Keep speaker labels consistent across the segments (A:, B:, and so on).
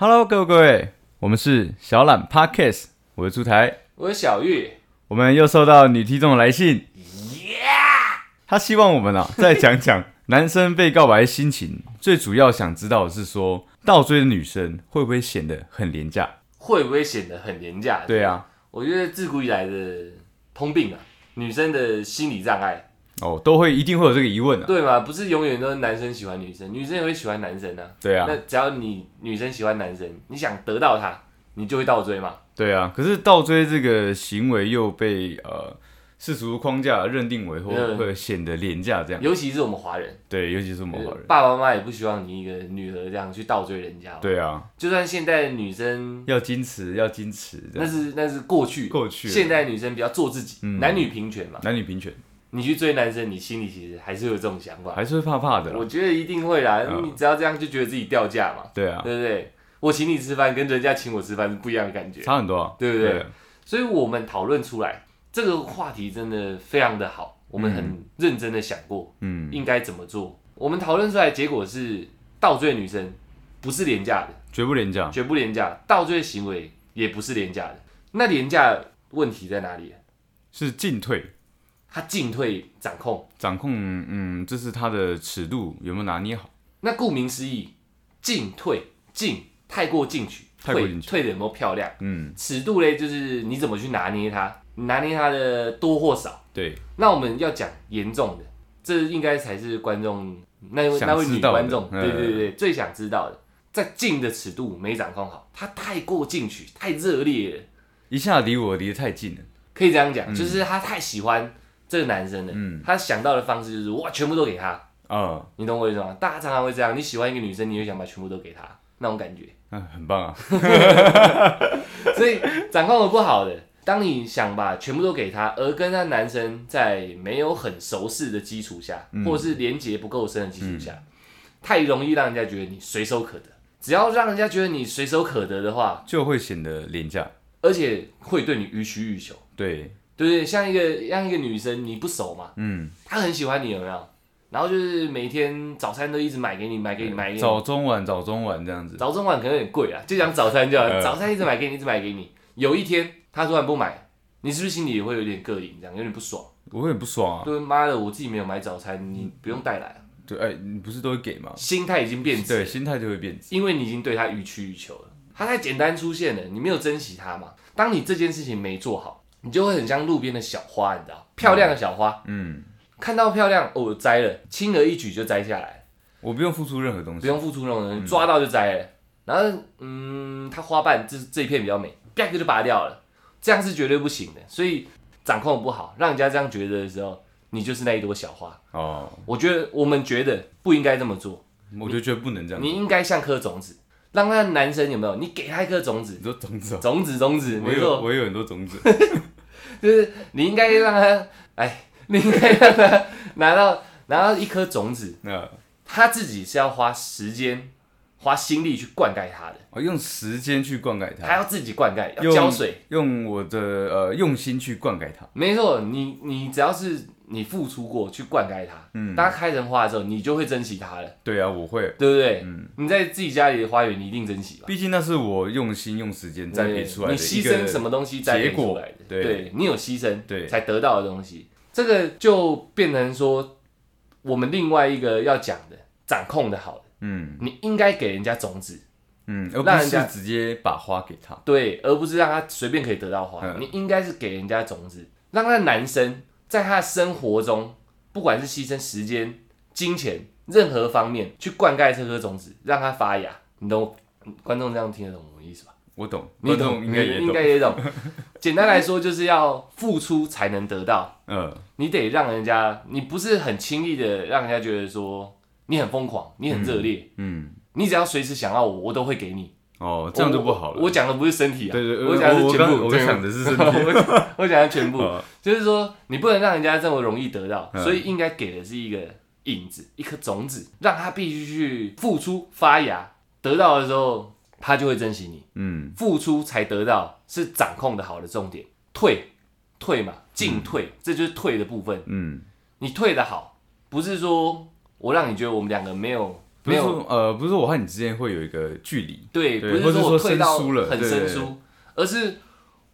A: Hello，各位各位，我们是小懒 Podcast，我是出台，
B: 我是小玉，
A: 我们又收到女听众的来信，她希望我们啊再讲讲男生被告白的心情， 最主要想知道的是说倒追的女生会不会显得很廉价？
B: 会不会显得很廉价？
A: 对，啊，
B: 我觉得自古以来的通病啊，女生的心理障碍，
A: 哦，都会一定会有这个疑问啊，
B: 对嘛？不是永远都是男生喜欢女生，女生也会喜欢男生啊。
A: 对啊
B: 那，只要你女生喜欢男生，你想得到他，你就会倒追嘛。
A: 对啊，可是倒追这个行为又被呃世俗框架认定为会
B: 嗯
A: 会显得廉价这样，
B: 尤其是我们华人，
A: 对，尤其是我们华人，
B: 爸爸妈妈也不希望你一个女儿这样去倒追人家、哦。，
A: 对啊，
B: 就算现在的女生，
A: 要矜持，要矜持，这
B: 那
A: 样
B: 是那是过去，
A: 过去了
B: 现在的女生比较做自己，
A: 嗯
B: 男女平权嘛。
A: 男女平权。
B: 你去追男生，你心里其实还是有这种想法。
A: 还是会怕怕的啦
B: 我。觉得一定会啦，
A: 啊嗯
B: 你只要这样就觉得自己掉价嘛，
A: 对啊，
B: 对不对？我请你吃饭跟人家请我吃饭是不一样的感觉，
A: 差很多啊，
B: 对不对？所以我们讨论出来这个话题真的非常的好，我们很认真的想过
A: 嗯，
B: 应该怎么做。我们讨论出来的结果是倒追女生不是廉价的，
A: 绝不廉价。
B: 绝不廉价，倒追行为也不是廉价的。那廉价问题在哪里？
A: 是进退
B: 他进退掌控，
A: 掌控，嗯，这是它的尺度有没有拿捏好？
B: 那顾名思义，进退进太过进取，
A: 太过
B: 退
A: 进取
B: 退的有没有漂亮？
A: 嗯，
B: 尺度嘞，就是你怎么去拿捏它，你拿捏它的多或少。
A: 对，
B: 那我们要讲严重的，这应该才是观众那位
A: 想
B: 那位
A: 知
B: 女
A: 道的
B: 观众，
A: 嗯
B: 对对对，最想知道的，在进的尺度没掌控好，它太过进取，太热烈了，
A: 一下离我离得太近了，
B: 可以这样
A: 嗯
B: 讲，就是她太喜欢这个男生了，她想到的方式就是哇，全部都给他，
A: 啊，
B: 你懂我意思吗？大家常常会这样，你喜欢一个女生，你就想把全部都给她，那种感觉。
A: 那很棒啊，
B: 所以掌控的不好的，当你想把全部都给他，而跟那男生在没有很熟识的基础下，
A: 嗯
B: 或者是连接不够深的基础下，太容易让人家觉得你随手可得。只要让人家觉得你随手可得的话，
A: 就会显得廉价。
B: 而且会对你予取予求，
A: 对，
B: 对不对？像一个像一个女生，你不熟嘛，
A: 嗯，
B: 她很喜欢你，有没有？然后就是每天早餐都一直买给你，买给你，买给你，
A: 早中晚早中晚这样子，
B: 早中晚可能有点贵啊，就讲早餐就好，
A: 嗯
B: 早餐一直买给你，一直买给你。有一天他突然不买，你是不是心里也会有点膈应，这样有点不爽？
A: 我会很不爽啊。
B: 对，妈的，我自己没有买早餐，你不用带来啊，
A: 对，哎，你不是都会给吗？
B: 心态已经变
A: 对，
B: 质，
A: 心态就会变。
B: 因为你已经对他予取予求了，他太简单出现了，你没有珍惜他嘛。当你这件事情没做好，你就会很像路边的小花，你知道，漂亮的小花，
A: 嗯，
B: 看到漂亮哦，我摘了，轻而易举就摘下来。
A: 我不用付出任何东
B: 不
A: 西。
B: 用付出那种
A: 嗯
B: 东西，抓到就摘了。然后，嗯，它花瓣这这一片比较美，啪就拔掉了，这样是绝对不行的。所以掌控不好，让人家这样觉得的时候，你就是那一朵小花。
A: 哦，
B: 我觉得我们觉得不应该这么做，
A: 我就觉得不能这样。
B: 你应该像颗种子，让那男生有没有？你给他一颗种子
A: 你，说种子哦，
B: 种子，种子，
A: 我
B: 没
A: 有
B: 错，
A: 我有很多种子。
B: 就是你应该让他，哎，你应该让他拿到拿到一颗种子，
A: 那
B: 他自己是要花时间、花心力去灌溉它的。
A: 我哦用时间去灌溉它
B: 还。要自己灌溉，要
A: 用
B: 浇水。，
A: 用我的呃用心去灌溉它。
B: 没错，你你只要是你付出过去灌溉它，嗯，当它开成花的时候，你就会珍惜它了，
A: 对啊，我会，
B: 对不对？
A: 嗯
B: 你在自己家里的花园，你一定珍惜吧？
A: 毕竟那是我用心用时间栽培出来的
B: 你牺
A: 一个
B: 牲什么东西栽培出来的？
A: 结果对
B: 你有牺牲，
A: 对
B: 才得到的东西，这个就变成说，我们另外一个要讲的掌控的好的，
A: 嗯
B: 你应该给人家种子，
A: 嗯，而
B: 让
A: 不
B: 人
A: 是
B: 家
A: 直接把花给他。
B: 对，而不是让他随便可以得到花。
A: 嗯
B: 你应该是给人家种子，让那男生在他的生活中，不管是牺牲时间、金钱，任何方面去灌溉这颗种子，让它发芽。你懂我观众这样听得懂我的意思吧？
A: 我懂，
B: 你
A: 观众
B: 懂，
A: 应该也
B: 你应
A: 懂
B: 该。也懂。简单来说，就是要付出才能得到。
A: 嗯，
B: 你得让人家，你不是很轻易的让人家觉得说你很疯狂，你很热烈，
A: 嗯，
B: 你只要随时想要我，我都会给你。
A: 哦，这样就不好了。
B: 我我讲的不是身体啊，
A: 对对，
B: 我
A: 我
B: 讲的
A: 我
B: 是全
A: 刚
B: 部，
A: 我
B: 全部
A: 想的是身体。
B: 我我讲的全部，
A: 哦
B: 就是说你不能让人家这么容易得到，
A: 嗯
B: 所以应该给的是一个引子，一颗种子，让他必须去付出发芽，得到的时候他就会珍惜你。
A: 嗯，
B: 付出才得到是掌控的好的重点，退退嘛，进退，这就是退的部分。
A: 嗯，
B: 你退的好，不是说我让你觉得我们两个没有
A: 不是
B: 没有
A: 说呃，不是说我和你之间会有一个距离，
B: 对，
A: 对
B: 不
A: 或
B: 是
A: 是
B: 我
A: 说
B: 退
A: 生
B: 到
A: 疏了
B: 很
A: 对
B: 生
A: 对
B: 疏，而是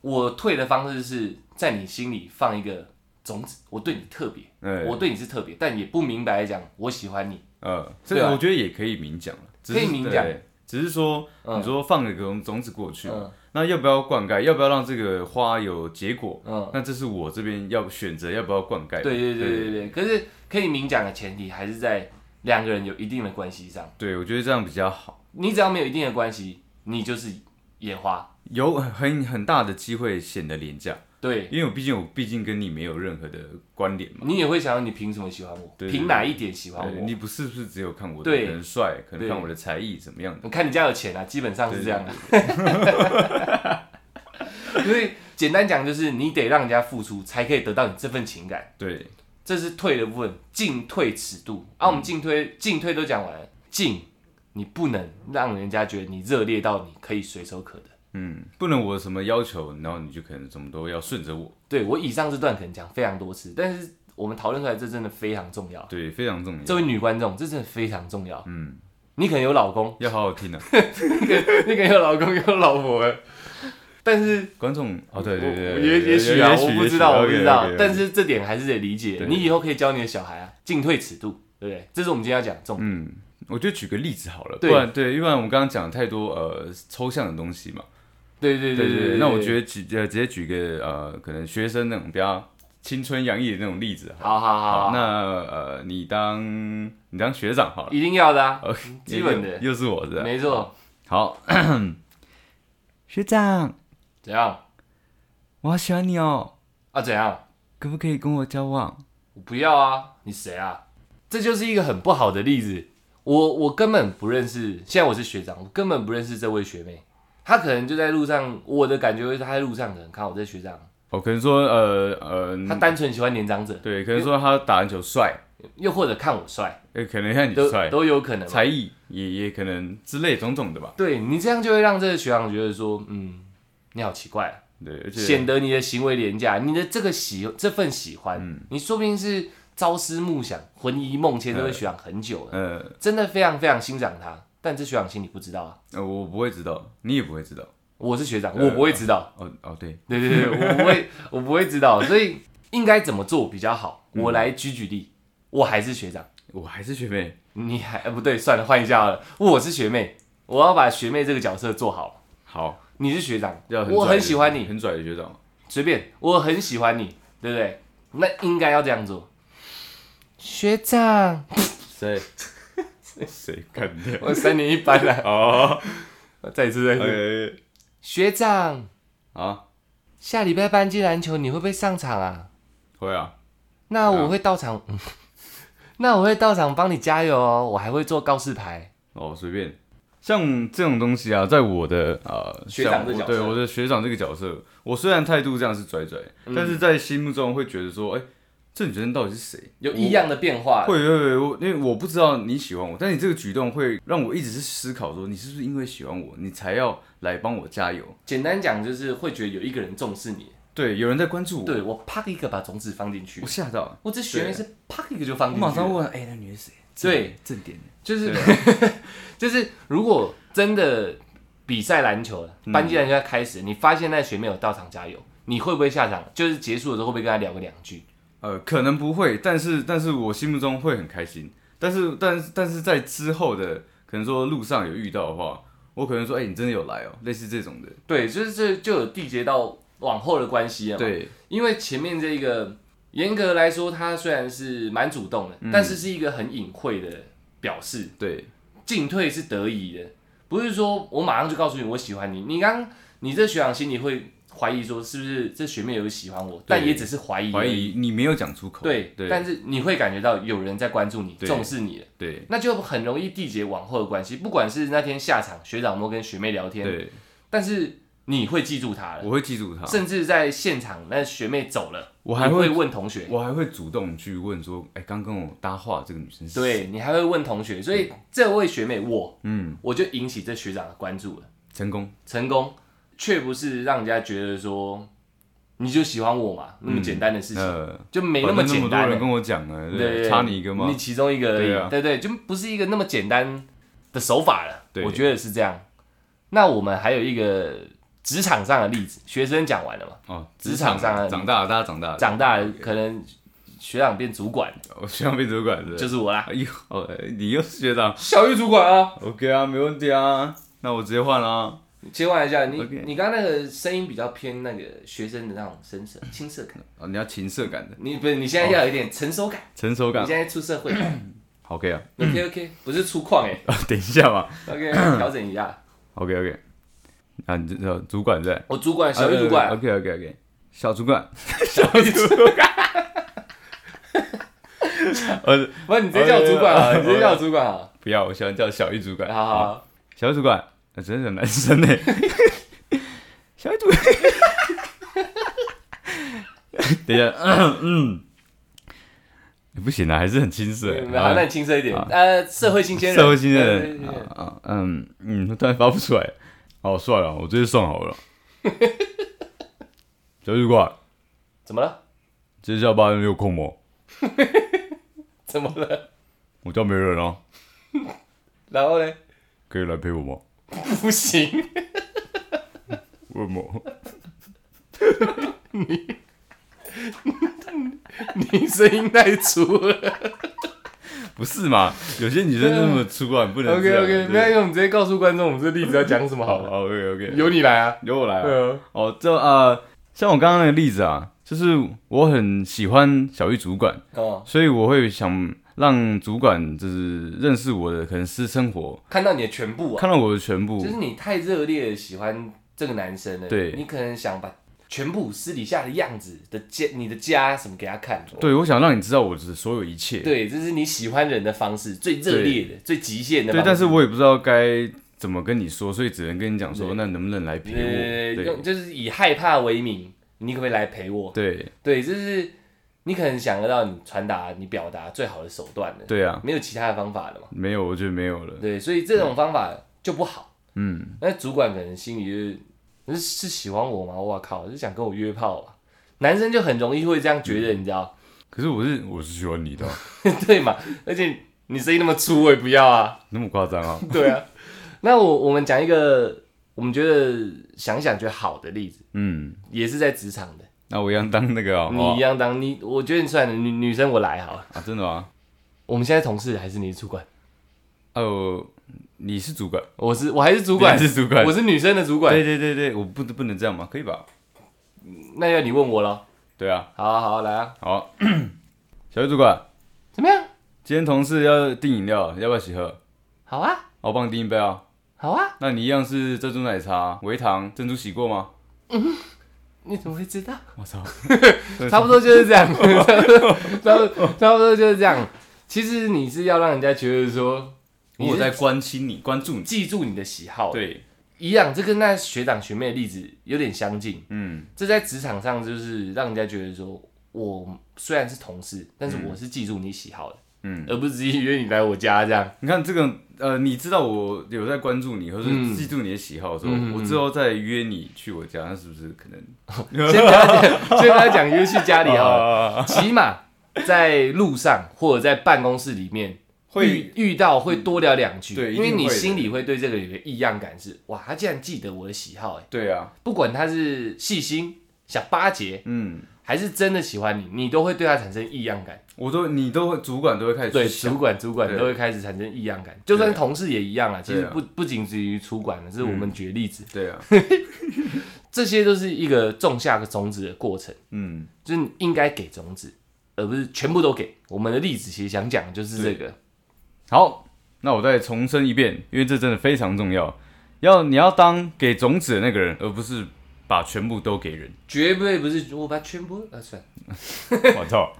B: 我退的方式是在你心里放一个种子，我对你特别，
A: 呃
B: 我对你是特别，但也不明白来讲我喜欢你，
A: 呃，这
B: 对
A: 个
B: 啊
A: 我觉得也可以明讲了，只
B: 可以
A: 是
B: 明讲，
A: 对只是说
B: 嗯
A: 你说放了个种种子过去，
B: 嗯
A: 那要不要灌溉？要不要让这个花有结果？
B: 嗯，
A: 那这是我这边要选择要不要灌溉。
B: 对对对对对，可是可以明讲的前提还是在两个人有一定的关系上，
A: 对，我觉得这样比较好，
B: 你只要没有一定的关系，你就是野花，
A: 有很很大的机会显得廉价，
B: 对。
A: 因为我毕竟我毕竟跟你没有任何的关联嘛。
B: 你也会想要你凭什么喜欢我？
A: 对对
B: 凭哪一点喜欢
A: 对
B: 我？
A: 你不是不是只有看我的
B: 对
A: 人帅，可能
B: 对
A: 看我的才艺怎么样的？
B: 我看你家有钱啊，基本上是这样的。 所以简单讲就是，你得让人家付出，才可以得到你这份情感。
A: 对，
B: 这是退的部分，进退尺度啊。我们进退进退都讲完了，进你不能让人家觉得你热烈到你可以随手可得。
A: 嗯，不能我有什么要求，然后你就可能怎么都要顺着我。
B: 对我以上这段可能讲非常多次，但是我们讨论出来，这真的非常重要。
A: 对，非常重
B: 啊这
A: 要。
B: 位女观众，这真的非常重要。
A: 嗯，
B: 你可能有老公，
A: 要好好听啊，
B: 你可能有老公有老婆了，但是
A: 观众哦，对对对
B: 我
A: 对，
B: 也也许啊，我不知道，我不知道，但
A: 是
B: 是这点还是得理解。
A: 对
B: 你以后可以教你的小孩啊，进退尺度，对不对？这是我们今天要讲的重点。
A: 嗯，我就举个例子好了，不
B: 对
A: 然对，因为我们刚刚讲太多呃抽象的东西嘛，
B: 对对
A: 对
B: 对
A: 对
B: 对。
A: 那我觉
B: 得，
A: 得举呃直接举个呃可能学生那种比较青春洋溢的那种例子好了。
B: 好好啊好，
A: 那呃你当你当学长好了，
B: 一定要的啊，
A: 呃
B: 基本的
A: 又又是我是吧
B: 没错。
A: 好，学长，
B: 怎样
A: 我好喜欢你哦，
B: 啊？怎样？
A: 可不可以跟我交往？
B: 我不要啊！你谁啊？这就是一个很不好的例子。我我根本不认识，现在我是学长，我根本不认识这位学妹。她可能就在路上，我的感觉是她在路上可能看我这学长，
A: 哦，可能说呃呃，
B: 她单纯喜欢年长者，
A: 对，可能说他打篮球帅，
B: 又或者看我帅，
A: 呃，可能像你
B: 都
A: 帅，
B: 都有可能嘛。
A: 才艺也也可能之类种种的吧。
B: 对你这样就会让这个学长觉得说，嗯，你好奇怪啊、
A: 对，而且
B: 显得你的行为廉价，你的这个喜这份喜欢，
A: 嗯
B: 你说不定是朝思暮想、魂萦梦牵这位学长很久了，
A: 呃
B: 真的非常非常欣赏他，但这学长心里不知道啊，
A: 呃，我不会知道，你也不会知道。
B: 我是学长，我不会知道，
A: 哦哦，对，
B: 对对对， 我不会，我不会知道，所以应该怎么做比较好？
A: 嗯
B: 我来举举例，我还是学长，
A: 我还是学妹。
B: 你还呃不对，算了，换一下好了，我是学妹，我要把学妹这个角色做好，
A: 好，
B: 你是学长
A: 要，很
B: 我
A: 拽
B: 很
A: 的
B: 喜欢你，
A: 很拽的学长。
B: 随便，我很喜欢你，对不对？那应该要这样做。学长，
A: 谁？ 谁干的？
B: 我三年一班了、
A: 哦，
B: 再一次，再一次。
A: 呃，
B: 学长，
A: 啊，
B: 下礼拜班级篮球你会不会上场啊？
A: 会啊，
B: 那我会到场， 那我会到场帮你加油哦，我还会做告示牌。
A: 哦，随便。像这种东西啊，在我的呃
B: 学长这
A: 像我
B: 角色
A: 对我的学长这个角色，我虽然态度这样是拽拽，但是在心目中会觉得说，哎、这女生到底是谁？
B: 有
A: 我
B: 异样的变化，
A: 会会会，我因为我不知道你喜欢我，但你这个举动会让我一直是思考说，你是不是因为喜欢我，你才要来帮我加油？
B: 简单讲就是会觉得有一个人重视你。
A: 对，有人在关注我，
B: 对我啪一个把种子放进去
A: 我，吓到了，
B: 我这学妹是啪一个就放
A: 我
B: 进去了。
A: 马上问，哎、那女的是谁？
B: 对
A: 正点的，
B: 就是、 就是，如果真的比赛篮球了，班级篮球要开始，你发现那学妹有到场加油，你会不会下场？就是结束的时候会不会跟他聊个两句？
A: 呃，可能不会，但是但是我心目中会很开心，但是但是但是在之后的可能说路上有遇到的话，我可能说，哎、你真的有来哦，类似这种的，
B: 对，就是这就有缔结到往后的关系啊了嘛。，
A: 对
B: 因为前面这个严格来说，他虽然是蛮主动的，但是是一个很隐晦的表示。
A: 对，
B: 进退是得宜的，不是说我马上就告诉你我喜欢你。你刚你这学长心里会怀疑说是不是这学妹有喜欢我，但也只是怀疑而
A: 怀
B: 已。
A: 疑你没有讲出口，
B: 对，
A: 对
B: 但是你会感觉到有人在关注你、
A: 对
B: 重视你了，
A: 对
B: 那就很容易缔结往后的关系。不管是那天下场学长摸跟学妹聊天，
A: 对，
B: 但是你会记住他了，
A: 我会记住他，
B: 甚至在现场那学妹走了，
A: 我还
B: 你
A: 会
B: 会问同学，
A: 我还会主动去问说，哎、刚跟我搭话这个女生是谁？
B: 对你还会问同学，所以这位学妹我
A: 嗯，
B: 我就引起这学长的关注了。
A: 成功，
B: 成功，却不是让人家觉得说你就喜欢我嘛，那么简单的事情，
A: 呃，
B: 就没
A: 嗯反
B: 那么
A: 正
B: 简
A: 多
B: 单
A: 人
B: 了。
A: 跟我讲了，
B: 对对
A: 对，
B: 对
A: 差你一个吗
B: 你？其中一个而已，
A: 对啊
B: 对对，就不是一个那么简单的手法了。
A: 对
B: 我觉得是这样。那我们还有一个职场上的例子，学生讲完了嘛，
A: 哦，
B: 职场上的
A: 长大了，大家长大了，
B: 长大了可能学长变主管，
A: 我学长被主管是不是，
B: 就是我啦，
A: 哎呦，哦，哎你又是学长
B: 小玉主管啊。
A: ，OK 啊，没问题啊，那我直接换了啊，
B: 切换一下，你
A: OK
B: 你刚刚那个声音比较偏那个学生的那种深色青涩感，
A: 哦，你要情色感的，
B: 你不是你现在要有一点成熟感，
A: 成熟
B: 你
A: 感
B: 现在出 社会了
A: ，OK 啊，
B: ，OK OK，不 是粗犷哎
A: 啊，等一下嘛
B: ，OK 调整一下。
A: ，OK OK，啊，你这呃主管在，
B: 我主 管
A: 哎
B: 小玉主管，
A: ，OK OK OK，小主管，
B: 小玉主
A: 呃，
B: 不是你直接叫我主管啊，
A: 哎
B: 你直接叫我主管啊，
A: 不要，我喜欢叫小玉主管，
B: 好好，好，
A: 小玉主管，呃真的是男生呢， 小玉主管， 等一下，嗯嗯， 不行啊，还是很青涩，
B: 好，那你青涩一点，呃，社会新鲜人，
A: 社会新鲜
B: 对对
A: 人
B: 对对
A: 啊啊嗯嗯，突然发不出来，哦，算了，我这次算好了。 小主管，
B: 怎么了？
A: 这次下班有空吗？
B: 怎么了？
A: 我家没人啊，
B: 然后呢？
A: 可以来陪我吗？
B: 不行，
A: 为什么？
B: 你声音太粗了。
A: 不是嘛？有些女生就那么粗啊，你不能这
B: OK
A: 样。
B: OK，
A: 对
B: 没关系，我们直接告诉观众我们这例子要讲什么好
A: 好
B: 了，
A: 好 OK OK，
B: 由你来啊。
A: 由我来啊。
B: 嗯
A: 哦，这呃，像我刚刚那个例子啊，就是我很喜欢小玉主管，
B: 哦，
A: 所以我会想让主管就是认识我的可能私生活，
B: 看到你的全部啊，
A: 看到我的全部
B: 就。是你太热烈的喜欢这个男生了，
A: 对
B: 你可能想把全部私底下的样子的家、你的家什么给他看，
A: 对，我想让你知道我的所有一切。
B: 对，这是你喜欢人的方式，最热烈的、最极限的
A: 对，
B: 方式。
A: 但是我也不知道该怎么跟你说，所以只能跟你讲
B: 对
A: 说，那能不能来陪
B: 呃，
A: 我？
B: 用就是以害怕为名，你可不可以来陪我？
A: 对对
B: 对，这是你可能想得到你传达、你表达最好的手段了，
A: 对啊，
B: 没有其他的方法了嘛？
A: 没有，我觉得没有了。
B: 对，所以这种方法就不好。
A: 嗯，
B: 那主管可能心里就是嗯是喜欢我吗？我靠，是想跟我约炮吧？男生就很容易会这样觉得，你知道？
A: 可是我是我是喜欢你的啊，
B: 对嘛？而且你声音那么粗，我也不 要啊。
A: 那么夸张 啊？
B: 对啊。那我我们讲一个我们觉得想一想觉得好的例子，
A: 嗯，
B: 也是在职场的。
A: 那我一样当那个啊，
B: 你
A: 哦
B: 一样当你，我觉得你算了，女女生我来好了。
A: 啊，真的吗？
B: 我们现在同事还是你是主管，
A: 哦，你是主管，
B: 我是我还是主管，
A: 你还是主管
B: 我是女生的主管
A: 对。对对对，我不不能这样吗？可以吧？
B: 那要你问我了。
A: 对啊，
B: 好啊好啊来啊，
A: 好， 小玉主管，
B: 怎么样？
A: 今天同事要订饮料，要不要一起喝？
B: 好啊
A: 好我帮你订一杯啊。
B: 好啊，
A: 那你一样是珍珠奶茶、微糖、珍珠洗过吗？
B: 你怎么会知道？
A: 我操，
B: 差不多就是这样， 差不多差不多就是这样。其实你是要让人家觉得说，
A: 我
B: 你
A: 在
B: 在
A: 关心你，关注你。
B: 记住你的喜好。，
A: 对，
B: 一样，这跟那学长学妹的例子有点相近。
A: 嗯，
B: 这在职场上就是让人家觉得说，我虽然是同事，但是我是记住你喜好的，
A: 嗯，
B: 而不是直接约你来我家这样。
A: 你看这个，呃，你知道我有在关注你，或者
B: 嗯
A: 记住你的喜好的时候，
B: 嗯嗯嗯
A: 我之后再约你去我家，那是不是可能？
B: 先不要讲，先不要讲约去家里好了，
A: 啊，
B: 起码在路上或者在办公室里面，
A: 会嗯
B: 遇遇到会多聊两句，
A: 对一定
B: 因为你
A: 会的
B: 心里会对这个有个异样感是，哇，他竟然记得我的喜好，哎，
A: 对啊，
B: 不管他是细心想巴结，
A: 嗯，
B: 还是真的喜欢你，你都会对他产生异样感。
A: 我都你都会，主管都会开始
B: 对，
A: 去想
B: 主管主管
A: 对
B: 都会开始产生异样感，就算
A: 对啊
B: 同事也一样啊。嗯其实
A: 对啊
B: 不不仅止于主管啊了，这是我们举的例子，
A: 对啊，
B: 这些都是一个种下个种子的过程，
A: 嗯，
B: 就是你应该给种子，而不是全部都给。我们的例子其实想讲的就是这个，
A: 好，那我再重申一遍，因为这真的非常重要，要你要当给种子的那个人，而不是把全部都给人。
B: 绝对不是我把全部啊算了。
A: 我操！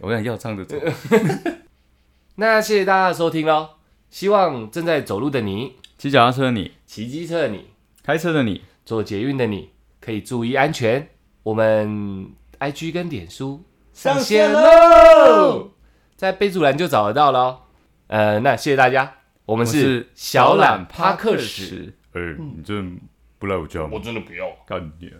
A: 我想要唱这种，
B: 那谢谢大家的收听喽，希望正在走路的你、
A: 骑脚踏车的你，
B: 骑机车的你、
A: 开车的你，
B: 坐捷运的你可以注意安全。我们 IG 跟脸书上线喽，在备注栏就找得到喽。呃，那谢谢大家，我们
A: 我
B: 是
A: 是
B: 小懒帕克史，
A: 哎、你真不来我家吗？
B: 真的不要。
A: 干你啊！